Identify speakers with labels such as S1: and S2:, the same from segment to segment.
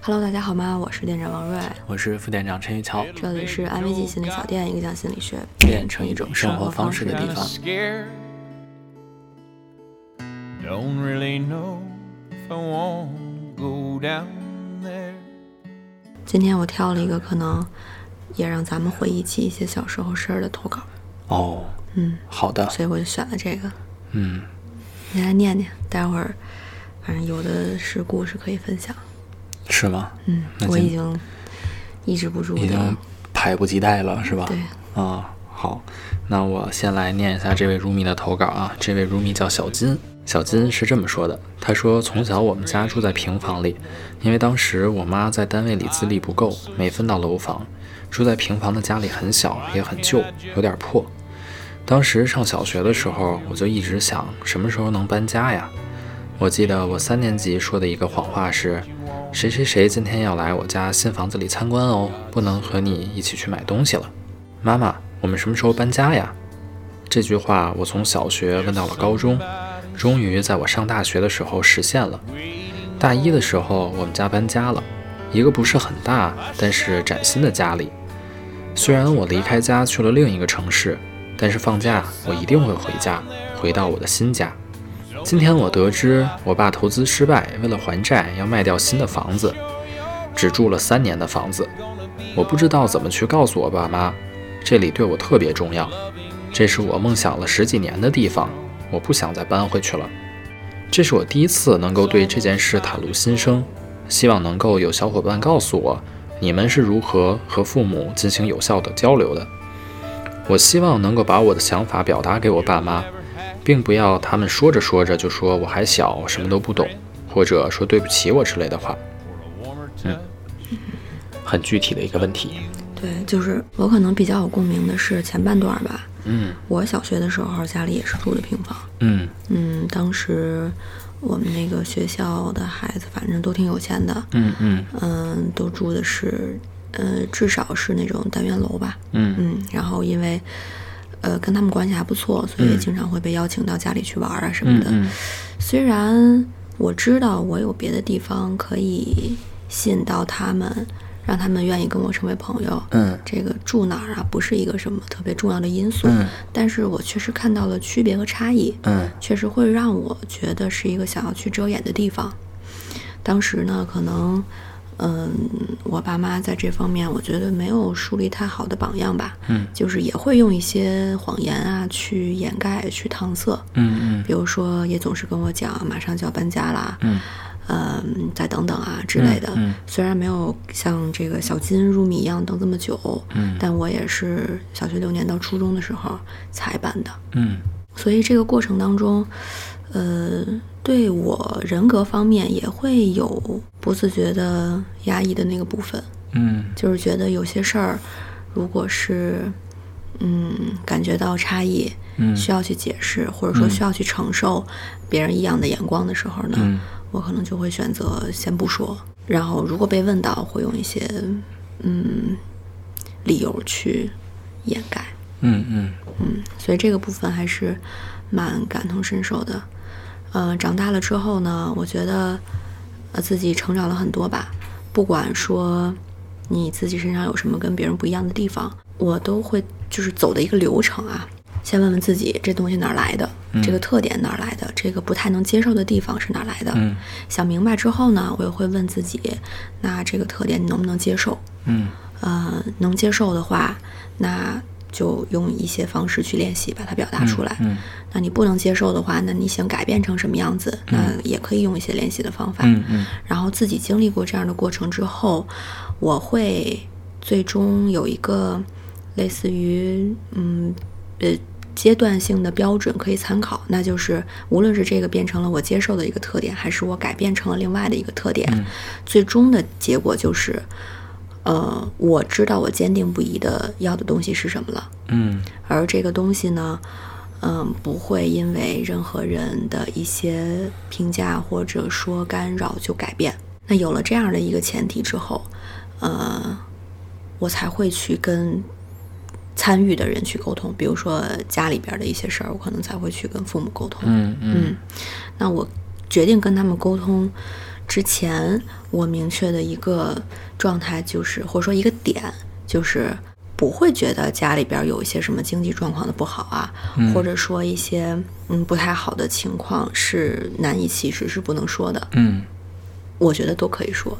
S1: Hello，大家好吗？我是店长王瑞，
S2: 我是副店长陈玉
S3: 哎
S2: 桥，
S1: 这里是安慰剂心理小店，一个讲心理学，
S2: 变成一种生活方式的地
S3: Kinda
S2: 方。
S3: scared. Don't really know if I want to go down there.
S1: 今天我挑了一个可能也让咱们回忆起一些小时候事儿的投稿，
S2: 哦，
S1: 嗯，
S2: 好的，
S1: 所以我就选了这个，
S2: 嗯，
S1: 你来念念，待会儿反正有的是故事可以分享，
S2: 是吗？
S1: 嗯，
S2: 那
S1: 我
S2: 今
S1: 已经抑制不住
S2: 已
S1: 的
S2: 经，迫不及待了，是吧？
S1: 对，
S2: 啊，好，那我先来念一下这位如米的投稿啊。这位如米叫小金，小金是这么说的：他说，从小我们家住在平房里，因为当时我妈在单位里资历不够，没分到楼房，住在平房的家里很小，也很旧，有点破。当时上小学的时候，我就一直想什么时候能搬家呀？我记得我三年级说的一个谎话是：谁谁谁今天要来我家新房子里参观哦，不能和你一起去买东西了。妈妈，我们什么时候搬家呀？这句话我从小学问到了高中，终于在我上大学的时候实现了。大一的时候，我们家搬家了，一个不是很大，但是崭新的家里。虽然我离开家去了另一个城市，但是放假我一定会回家，回到我的新家。今天我得知我爸投资失败，为了还债要卖掉新的房子，只住了三年的房子。我不知道怎么去告诉我爸妈，这里对我特别重要，这是我梦想了十几年的地方，我不想再搬回去了。这是我第一次能够对这件事袒露心声，希望能够有小伙伴告诉我，你们是如何和父母进行有效的交流的。我希望能够把我的想法表达给我爸妈，并不要他们说着说着就说我还小，什么都不懂，或者说对不起我之类的话。嗯，很具体的一个问题。
S1: 对，就是我可能比较有共鸣的是前半段吧，
S2: 嗯
S1: 我小学的时候家里也是住的平房，
S2: 嗯
S1: 嗯，当时我们那个学校的孩子反正都挺有钱的，
S2: 嗯嗯
S1: 嗯，都住的是，呃，至少是那种单元楼吧。
S2: 嗯
S1: 嗯，然后因为，呃，跟他们关系还不错，所以
S2: 嗯
S1: 经常会被邀请到家里去玩儿啊什么
S2: 嗯
S1: 的。
S2: 嗯
S1: 虽然我知道我有别的地方可以吸引到他们，让他们愿意跟我成为朋友。
S2: 嗯
S1: 这个住哪儿啊，不是一个什么特别重要的因素，
S2: 嗯
S1: 但是我确实看到了区别和差异。
S2: 嗯
S1: 确实会让我觉得是一个想要去遮掩的地方。当时呢，可能，嗯，我爸妈在这方面，我觉得没有树立太好的榜样吧。
S2: 嗯，
S1: 就是也会用一些谎言啊去掩盖、去搪塞。
S2: 嗯
S1: 比如说，也总是跟我讲马上就要搬家啦，
S2: 嗯
S1: 嗯，再等等啊之类的。
S2: 嗯
S1: 虽然没有像这个小金入米一样等这么久，
S2: 嗯
S1: 但我也是小学六年到初中的时候才搬的。
S2: 嗯
S1: 所以这个过程当中，呃，对我人格方面也会有不自觉的压抑的那个部分，
S2: 嗯
S1: 就是觉得有些事儿，如果是嗯感觉到差异，
S2: 嗯
S1: 需要去解释，或者说需要去承受别人异样的眼光的时候呢，
S2: 嗯
S1: 我可能就会选择先不说，然后如果被问到，会用一些嗯理由去掩盖。
S2: 嗯嗯
S1: 所以这个部分还是蛮感同身受的。呃，长大了之后呢，我觉得呃自己成长了很多吧。不管说你自己身上有什么跟别人不一样的地方，我都会就是走的一个流程啊。先问问自己这东西哪儿来的，这个特点哪儿来的，这个不太能接受的地方是哪儿来的。
S2: 嗯
S1: 想明白之后呢，我也会问自己，那这个特点你能不能接受？
S2: 嗯
S1: 呃，能接受的话，那就用一些方式去练习把它表达出来。
S2: 嗯
S1: 那你不能接受的话，那你想改变成什么样子，那也可以用一些练习的方法。
S2: 嗯嗯
S1: 然后自己经历过这样的过程之后，我会最终有一个类似于嗯呃阶段性的标准可以参考，那就是无论是这个变成了我接受的一个特点，还是我改变成了另外的一个特点，最终的结果就是。呃，我知道我坚定不移的要的东西是什么了，
S2: 嗯
S1: 而这个东西呢，嗯，不会因为任何人的一些评价或者说干扰就改变。那有了这样的一个前提之后，呃，我才会去跟参与的人去沟通，比如说家里边的一些事儿，我可能才会去跟父母沟通。
S2: 嗯嗯
S1: 那我决定跟他们沟通之前，我明确的一个状态就是，或者说一个点，就是不会觉得家里边有一些什么经济状况的不好啊，
S2: 嗯
S1: 或者说一些嗯不太好的情况是难以启齿，是不能说的。
S2: 嗯
S1: 我觉得都可以说，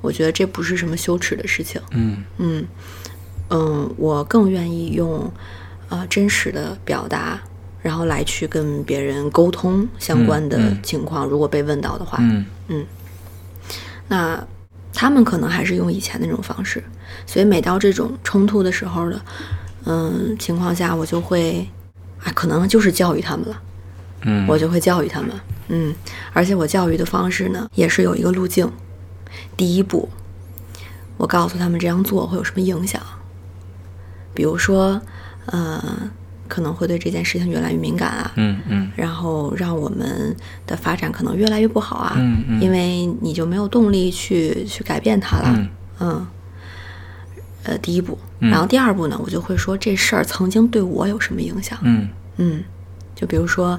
S1: 我觉得这不是什么羞耻的事情。
S2: 嗯
S1: 嗯嗯，我更愿意用呃真实的表达，然后来去跟别人沟通相关的
S2: 嗯嗯
S1: 情况。如果被问到的话，
S2: 嗯
S1: 那他们可能还是用以前那种方式，所以每到这种冲突的时候呢，嗯情况下，我就会，啊，可能就是教育他们了，
S2: 嗯，
S1: 我就会教育他们，嗯，而且我教育的方式呢，也是有一个路径，第一步，我告诉他们这样做会有什么影响，比如说，呃，可能会对这件事情越来越敏感啊，
S2: 嗯嗯
S1: 然后让我们的发展可能越来越不好啊，
S2: 嗯嗯
S1: 因为你就没有动力去去改变它了，
S2: 嗯
S1: 呃，第一步，然后第二步呢，我就会说这事儿曾经对我有什么影响，
S2: 嗯
S1: 嗯，就比如说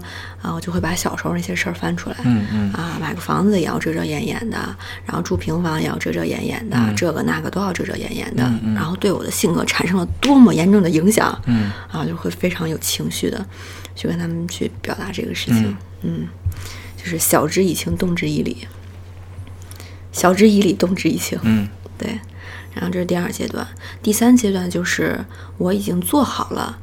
S1: 啊，我就会把小时候那些事儿翻出来，
S2: 嗯嗯
S1: 啊，买个房子也要遮遮掩掩的，然后住平房也要遮遮掩掩
S2: 嗯
S1: 的，这个那个都要遮遮掩掩的，然后对我的性格产生了多么严重的影响，
S2: 嗯
S1: 啊，就会非常有情绪的去跟他们去表达这个事情，嗯就是晓之以情，动之以理，晓之以理，动之以情，
S2: 嗯
S1: 对，然后这是第二阶段，第三阶段就是我已经做好了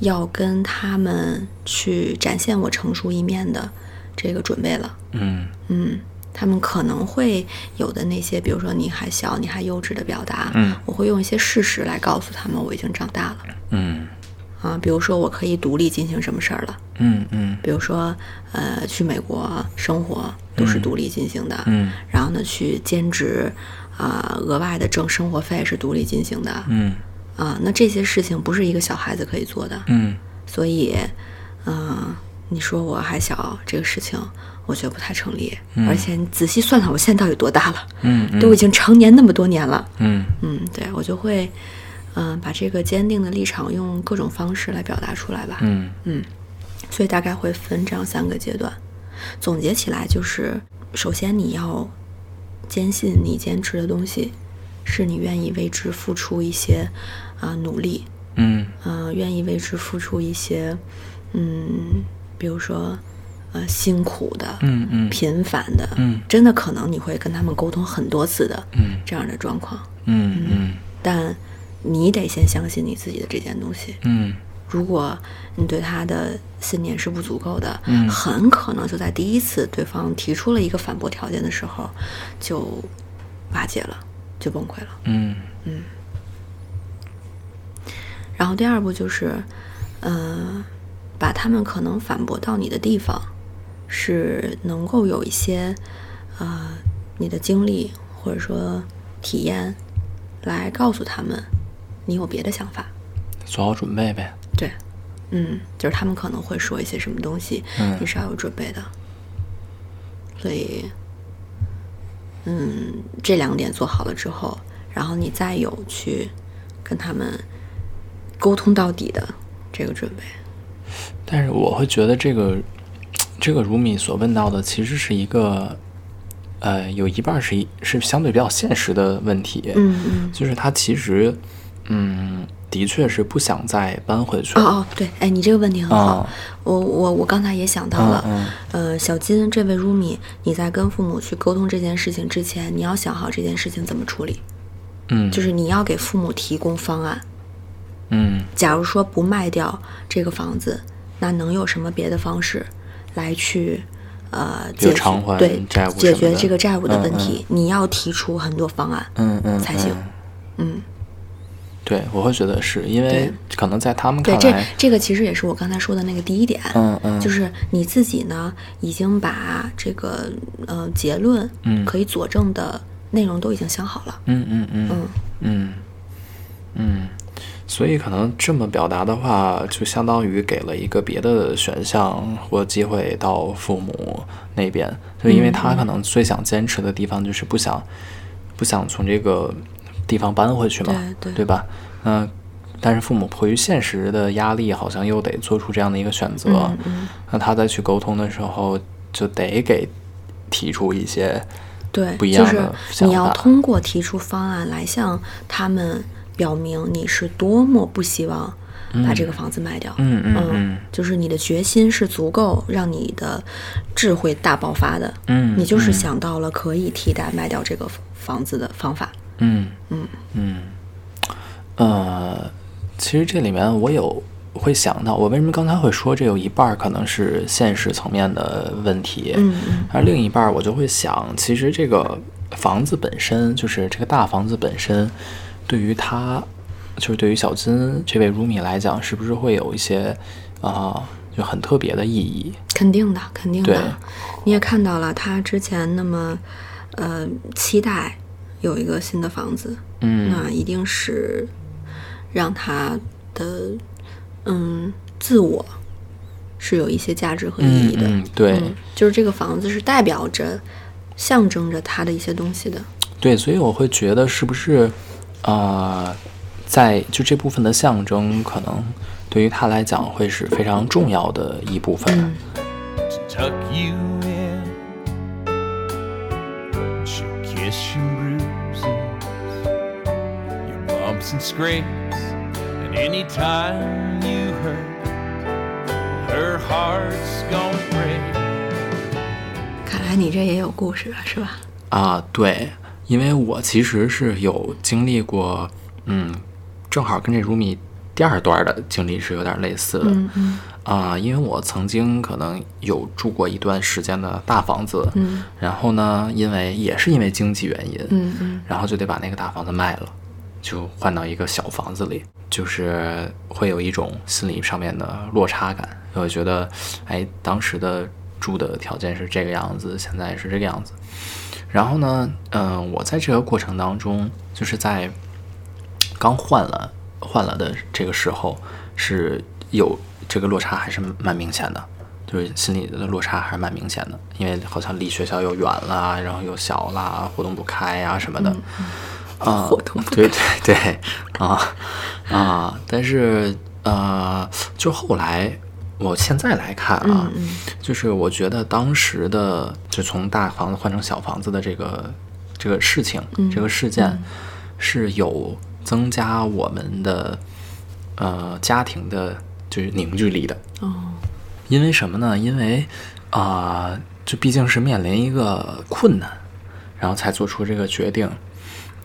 S1: 要跟他们去展现我成熟一面的这个准备了。
S2: 嗯
S1: 嗯，他们可能会有的那些，比如说你还小，你还幼稚的表达，
S2: 嗯
S1: 我会用一些事实来告诉他们我已经长大了
S2: 嗯
S1: 啊，比如说我可以独立进行什么事儿了，
S2: 嗯嗯
S1: 比如说呃去美国生活都是独立进行的，
S2: 嗯
S1: 然后呢去兼职啊、额外的挣生活费是独立进行的
S2: 嗯
S1: 啊，那这些事情不是一个小孩子可以做的，
S2: 嗯
S1: 所以，嗯、你说我还小这个事情，我觉得不太成立。而且你仔细算算，我现在到底多大了？
S2: 嗯
S1: 都已经成年那么多年了。
S2: 嗯
S1: 嗯，对我就会，嗯、把这个坚定的立场用各种方式来表达出来吧。
S2: 嗯
S1: 所以大概会分这样三个阶段。总结起来就是，首先你要坚信你坚持的东西，是你愿意为之付出一些啊、努力，
S2: 嗯
S1: 呃，愿意为之付出一些，嗯，比如说，呃，辛苦的，
S2: 嗯嗯
S1: 频繁的，
S2: 嗯
S1: 真的可能你会跟他们沟通很多次的，
S2: 嗯
S1: 这样的状况，
S2: 嗯
S1: 但你得先相信你自己的这件东西。
S2: 嗯
S1: 如果你对他的信念是不足够的，
S2: 嗯
S1: 很可能就在第一次对方提出了一个反驳条件的时候，就瓦解了，就崩溃了。
S2: 嗯
S1: 然后第二步就是，呃，把他们可能反驳到你的地方，是能够有一些，呃，你的经历或者说体验，来告诉他们你有别的想法。
S2: 做好准备呗。
S1: 对，嗯，就是他们可能会说一些什么东西，
S2: 嗯
S1: 你是要有准备的。所以，嗯，这两点做好了之后，然后你再有去跟他们沟通到底的这个准备。
S2: 但是我会觉得这个这个如米所问到的，其实是一个呃，有一半儿是一是相对比较现实的问题，
S1: 嗯嗯。
S2: 就是他其实嗯，的确是不想再搬回去
S1: 哦
S2: 了。
S1: 哦，对，哎，你这个问题很好，
S2: 哦
S1: 我我我刚才也想到了，
S2: 嗯
S1: 呃，小金这位 Rumi，你在跟父母去沟通这件事情之前，你要想好这件事情怎么处理，
S2: 嗯
S1: 就是你要给父母提供方案，
S2: 嗯
S1: 假如说不卖掉这个房子，那能有什么别的方式来去呃
S2: 比
S1: 解
S2: 如
S1: 决
S2: 偿还
S1: 对
S2: 债务
S1: 解
S2: 什么
S1: 决
S2: 的
S1: 这个债务的
S2: 嗯
S1: 问题？你要提出很多方案，
S2: 嗯嗯
S1: 才行
S2: 嗯对，我会觉得是因为可能在他们
S1: 对，
S2: 看
S1: 这
S2: 来，
S1: 这个其实也是我刚才说的那个第一点，
S2: 嗯嗯，
S1: 就是你自己呢已经把这个呃结论
S2: 嗯
S1: 可以佐证的内容都已经想好了。
S2: 嗯嗯嗯
S1: 嗯
S2: 嗯嗯，所以可能这么表达的话，就相当于给了一个别的选项或机会到父母那边，就因为他可能最想坚持的地方就是不想不想从这个地方搬回去嘛，
S1: 对对
S2: 吧？嗯、但是父母迫于现实的压力，好像又得做出这样的一个选择。
S1: 嗯嗯
S2: 那他再去沟通的时候，就得给提出一些
S1: 对，
S2: 不一
S1: 就
S2: 样
S1: 是
S2: 的想
S1: 你要
S2: 法
S1: 通过提出方案来向他们表明你是多么不希望把这个房子卖掉。
S2: 嗯嗯
S1: 嗯，就是你的决心是足够让你的智慧大爆发的。
S2: 嗯
S1: 你就是
S2: 嗯
S1: 想到了可以替代卖掉这个房子的方法。
S2: 嗯
S1: 嗯
S2: 嗯，呃，其实这里面我有会想到，我为什么刚才会说这有一半儿可能是现实层面的问题，
S1: 嗯嗯
S2: 而另一半儿我就会想，其实这个房子本身，就是这个大房子本身，对于他，就是对于小金这位 Rumi 来讲，是不是会有一些啊、就很特别的意义？
S1: 肯定的，肯定
S2: 对
S1: 的。你也看到了，他之前那么呃期待有一个新的房子，
S2: 嗯
S1: 那一定是让他的嗯自我是有一些价值和意义的。
S2: 嗯，对。
S1: 嗯就是这个房子是代表着、象征着他的一些东西的。
S2: 对，所以我会觉得是不是，呃，在就这部分的象征，可能对于他来讲会是非常重要的一部分。
S1: 嗯
S3: to tuck you in. She'll kiss your bruises, your bumps and scrapes, and any time you hurt, her heart's gonna break.
S1: 看来你这也有故事了，是吧？
S2: 啊，对，因为我其实是有经历过，嗯，正好跟这如米第二段的经历是有点类似的。
S1: 嗯嗯
S2: 啊、因为我曾经可能有住过一段时间的大房子，
S1: 嗯
S2: 然后呢，因为也是因为经济原因，
S1: 嗯嗯，
S2: 然后就得把那个大房子卖了，就换到一个小房子里，就是会有一种心理上面的落差感。我觉得，哎，当时的住的条件是这个样子，现在是这个样子。然后呢，嗯、我在这个过程当中，就是在刚换了换了的这个时候，是有这个落差还是蛮明显的，就是心里的落差还是蛮明显的，因为好像离学校又远啦，然后又小啦，活动不开呀、什么的，啊、
S1: 嗯活动不
S2: 对对 对，啊啊，但是呃，就后来我现在来看
S1: 嗯
S2: 啊，就是我觉得当时的就从大房子换成小房子的这个这个事情，这个事件是有增加我们的呃家庭的就是凝聚力的。
S1: 哦，
S2: 因为什么呢？因为啊、这毕竟是面临一个困难，然后才做出这个决定。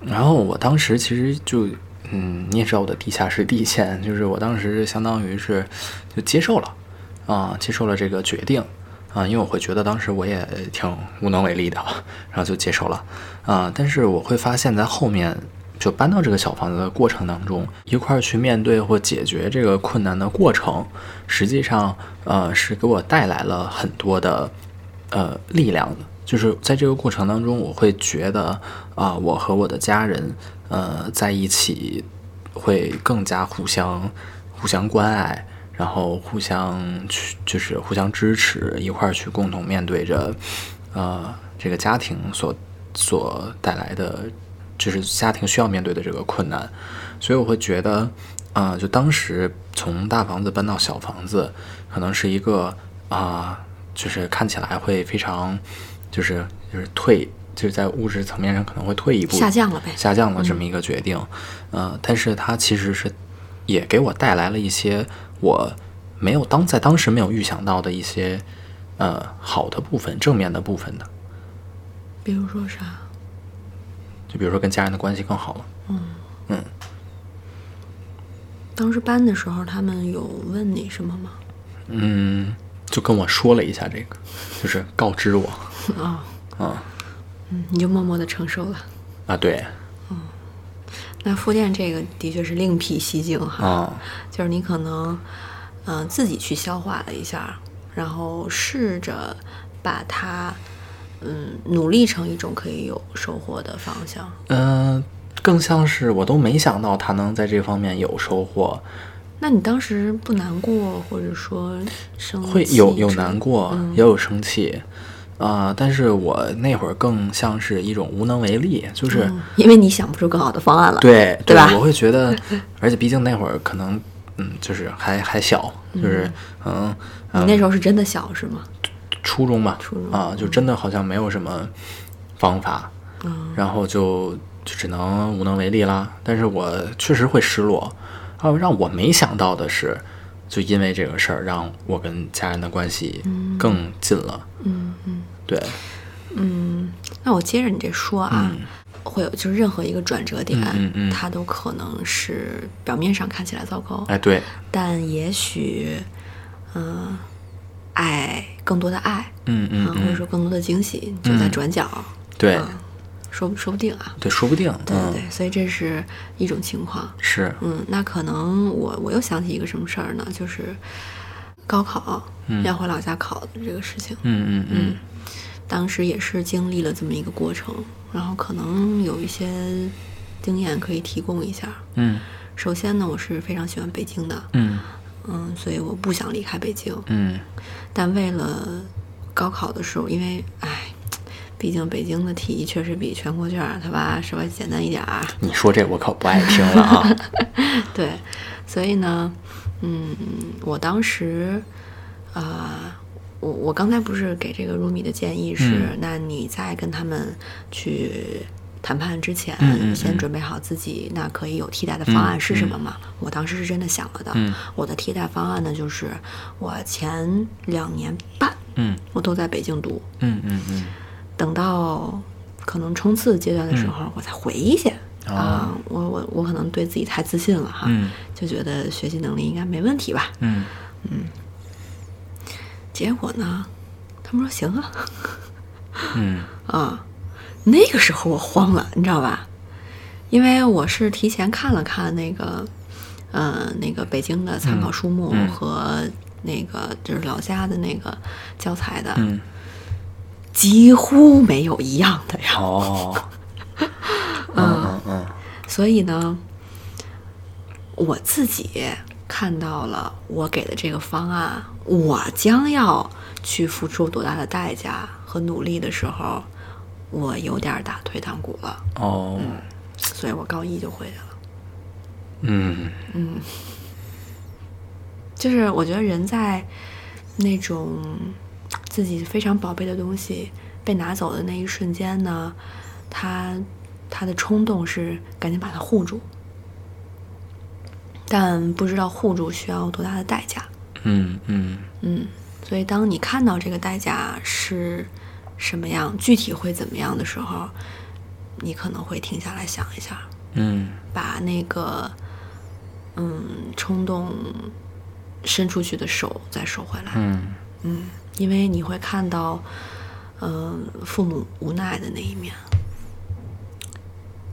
S2: 然后我当时其实就，嗯，你也知道我的地下室底线，就是我当时相当于是就接受了，啊、接受了这个决定，啊、因为我会觉得当时我也挺无能为力的，然后就接受了，啊、但是我会发现在后面。就搬到这个小房子的过程当中，一块儿去面对或解决这个困难的过程，实际上，呃，是给我带来了很多的呃力量的。就是在这个过程当中，我会觉得啊、我和我的家人呃在一起会更加互相互相关爱，然后互相去就是互相支持，一块儿去共同面对着呃这个家庭所所带来的，就是家庭需要面对的这个困难。所以我会觉得，啊、就当时从大房子搬到小房子，可能是一个啊、就是看起来会非常，就是就是退，就是在物质层面上可能会退一步，
S1: 下降了呗。嗯
S2: 下降了这么一个决定，呃，但是它其实是也给我带来了一些我没有当在当时没有预想到的一些呃好的部分、正面的部分的，
S1: 比如说啥？
S2: 就比如说跟家人的关系更好了，
S1: 当时搬的时候，他们有问你什么吗？
S2: 嗯，就跟我说了一下这个，就是告知我
S1: 啊、
S2: 嗯，
S1: 嗯，你就默默的承受了。
S2: 啊，对，
S1: 那复健这个的确是另辟蹊径哈，
S2: 啊，
S1: 就是你可能，嗯、自己去消化了一下，然后试着把它，嗯，努力成一种可以有收获的方向。
S2: 嗯、更像是我都没想到他能在这方面有收获，
S1: 那你当时不难过，或者说生
S2: 会
S1: 气嗯
S2: 有有
S1: 之类
S2: 难过，也有生气，啊、但是我那会儿更像是一种无能为力，就是、
S1: 嗯因为你想不出更好的方案了。，
S2: 对
S1: 对吧
S2: 我会 觉得，而且毕竟那会儿可能，嗯，就是还还小，就是嗯，
S1: 你那时候是真的小是吗？
S2: 初中吧，
S1: 嗯初中
S2: 啊，就真的好像没有什么方法，
S1: 嗯
S2: 然后就就只能无能为力啦。但是我确实会失落，啊，让我没想到的是，就因为这个事儿，让我跟家人的关系更近了。嗯嗯，对，
S1: 嗯那我接着你这说啊，会有就是任何一个转折点，
S2: 嗯嗯嗯
S1: 它都可能是表面上看起来糟糕，
S2: 哎对，
S1: 但也许，嗯、爱更多的爱，
S2: 嗯
S1: 啊
S2: 嗯
S1: 或者
S2: 嗯，
S1: 说更多的惊喜就在转角，
S2: 对
S1: 啊说不说不定啊，
S2: 对，说不定，
S1: 对对
S2: 嗯，
S1: 对，所以这是一种情况。
S2: 是，
S1: 嗯，那可能我我又想起一个什么事儿呢，就是高考、
S2: 嗯
S1: 要回老家考的这个事情。
S2: 嗯嗯嗯，
S1: 当时也是经历了这么一个过程，然后可能有一些经验可以提供一下。
S2: 嗯
S1: 首先呢，我是非常喜欢北京的，
S2: 嗯
S1: 嗯，所以我不想离开北京。
S2: 嗯
S1: 但为了高考的时候，因为唉，毕竟北京的题确实比全国卷儿它吧稍微简单一点儿，啊
S2: 你说这我可不爱听了啊。
S1: 对，所以呢，嗯，我当时啊、我我刚才不是给这个 Rumi 的建议是，
S2: 嗯
S1: 那你在跟他们去谈判之前，
S2: 嗯嗯
S1: 先
S2: 嗯
S1: 准备好自己那可以有替代的方案是什么嘛？我当时是真的想了的。
S2: 嗯
S1: 我的替代方案呢，就是我前两年半
S2: 嗯
S1: 我都在北京读，
S2: 嗯嗯嗯
S1: 等到可能冲刺阶段的时候，我再回去。
S2: 哦
S1: 啊，我我我可能对自己太自信了哈，
S2: 嗯
S1: 就觉得学习能力应该没问题吧。
S2: 嗯，
S1: 结果呢，他们说行啊，
S2: 嗯
S1: 啊，那个时候我慌了，你知道吧？因为我是提前看了看那个，呃，那个北京的参考书目
S2: 嗯嗯
S1: 和那个就是老家的那个教材的，
S2: 嗯
S1: 几乎没有一样的呀。
S2: 哦，嗯嗯嗯
S1: 所以呢，我自己看到了我给的这个方案，我将要去付出多大的代价和努力的时候，我有点打退堂鼓了，
S2: 哦，
S1: 所以我高一就回去了。
S2: 嗯
S1: 就是我觉得人在那种自己非常宝贝的东西被拿走的那一瞬间呢，他他的冲动是赶紧把它护住，但不知道护住需要多大的代价。
S2: 嗯嗯
S1: 嗯，所以当你看到这个代价是什么样，具体会怎么样的时候，你可能会停下来想一下。
S2: 嗯
S1: 把那个嗯冲动伸出去的手再收回来，
S2: 嗯
S1: 因为你会看到，嗯、父母无奈的那一面。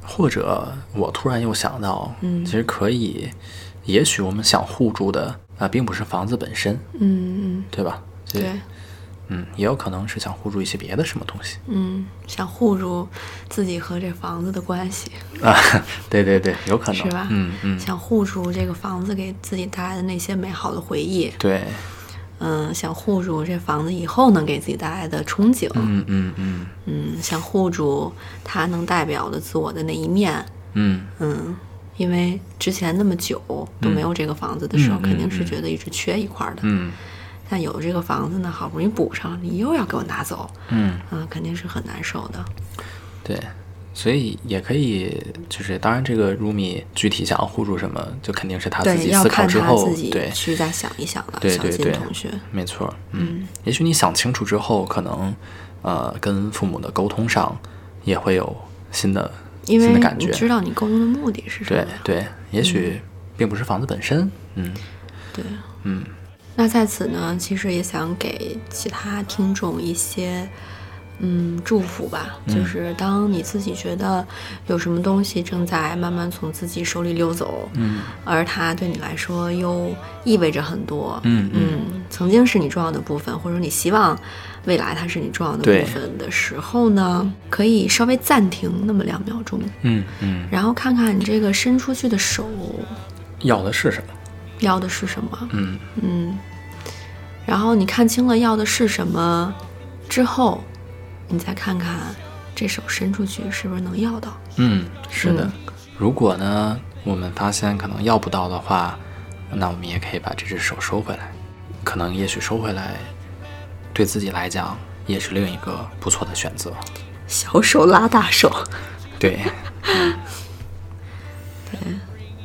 S2: 或者我突然又想到，
S1: 嗯
S2: 其实可以，也许我们想护住的啊、并不是房子本身，
S1: 嗯，嗯，
S2: 对吧？其实，
S1: 对，
S2: 嗯，也有可能是想护住一些别的什么东西
S1: 嗯，想护住自己和这房子的关系，
S2: 啊， 对对对，有可能，
S1: 嗯是吧？
S2: 嗯嗯，
S1: 想护住这个房子给自己带来的那些美好的回忆，
S2: 对，
S1: 嗯，想护住这房子以后能给自己带来的憧憬，
S2: 嗯嗯嗯
S1: 嗯，想护住它能代表的自我的那一面，
S2: 嗯，
S1: 嗯，因为之前那么久都没有这个房子的时候，
S2: 嗯嗯
S1: 肯定是
S2: 嗯
S1: 觉得一直缺一块儿的。
S2: 嗯
S1: 但有这个房子呢，好不容易补上，你又要给我拿走，
S2: 嗯。
S1: 啊，肯定是很难受的。
S2: 对，所以也可以，就是当然这个 Rumi 具体想要护住什么，就肯定是他自
S1: 对，
S2: 己
S1: 要
S2: 思考
S1: 看
S2: 之
S1: 他
S2: 后
S1: 自，己
S2: 对
S1: 去再想一想了。
S2: 对
S1: 小
S2: 对
S1: 金
S2: 对
S1: 同学，，
S2: 没错，嗯，也许你想清楚之后，可能呃跟父母的沟通上也会有新的
S1: 因
S2: 新
S1: 为
S2: 的感
S1: 你
S2: 觉，
S1: 知道你嗯沟通的目的是什么
S2: 对
S1: 呀？
S2: 对，也许并不是房子本身，嗯
S1: 对，
S2: 嗯
S1: 那在此呢，其实也想给其他听众一些，嗯，祝福吧。就是当你自己觉得有什么东西正在慢慢从自己手里溜走，
S2: 嗯
S1: 而它对你来说又意味着很多，
S2: 嗯嗯
S1: 嗯，曾经是你重要的部分，或者说你希望未来它是你重要的
S2: 对
S1: 部分的时候呢，可以稍微暂停那么两秒钟，
S2: 嗯嗯，
S1: 然后看看你这个伸出去的手
S2: 要的是什么？
S1: 要的是什么。
S2: 嗯
S1: 嗯，然后你看清了要的是什么之后，你再看看这手伸出去是不是能要到。
S2: 嗯，是的
S1: 嗯。
S2: 如果呢，我们发现可能要不到的话，那我们也可以把这只手收回来。可能也许收回来，对自己来讲也是另一个不错的选择。
S1: 小手拉大手，
S2: 对，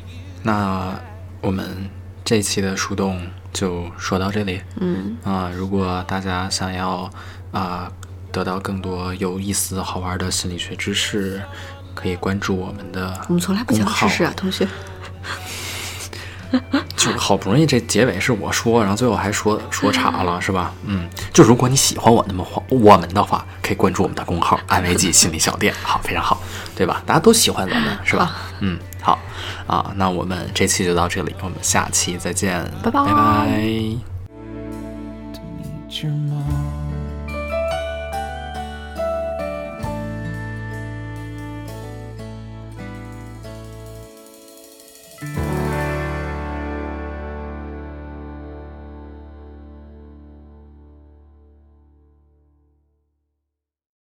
S2: 那我们这期的树洞就说到这里。
S1: 嗯，
S2: 啊、如果大家想要啊、得到更多有意思好玩的心理学知识，可以关注我们的
S1: 我们从来不讲
S2: 公号
S1: 知识啊，同学。
S2: 就
S1: 嗯
S2: 好不容易这结尾是我说，然后最后还说说岔了，是吧？嗯，就如果你喜欢我那么话我们的话，可以关注我们的公号“安慰剂心理小店”，好，非常好，对吧？大家都喜欢我们，是吧？嗯，好啊，那我们这期就到这里，我们下期再见，
S1: 拜拜
S2: 拜拜
S3: meet your mom.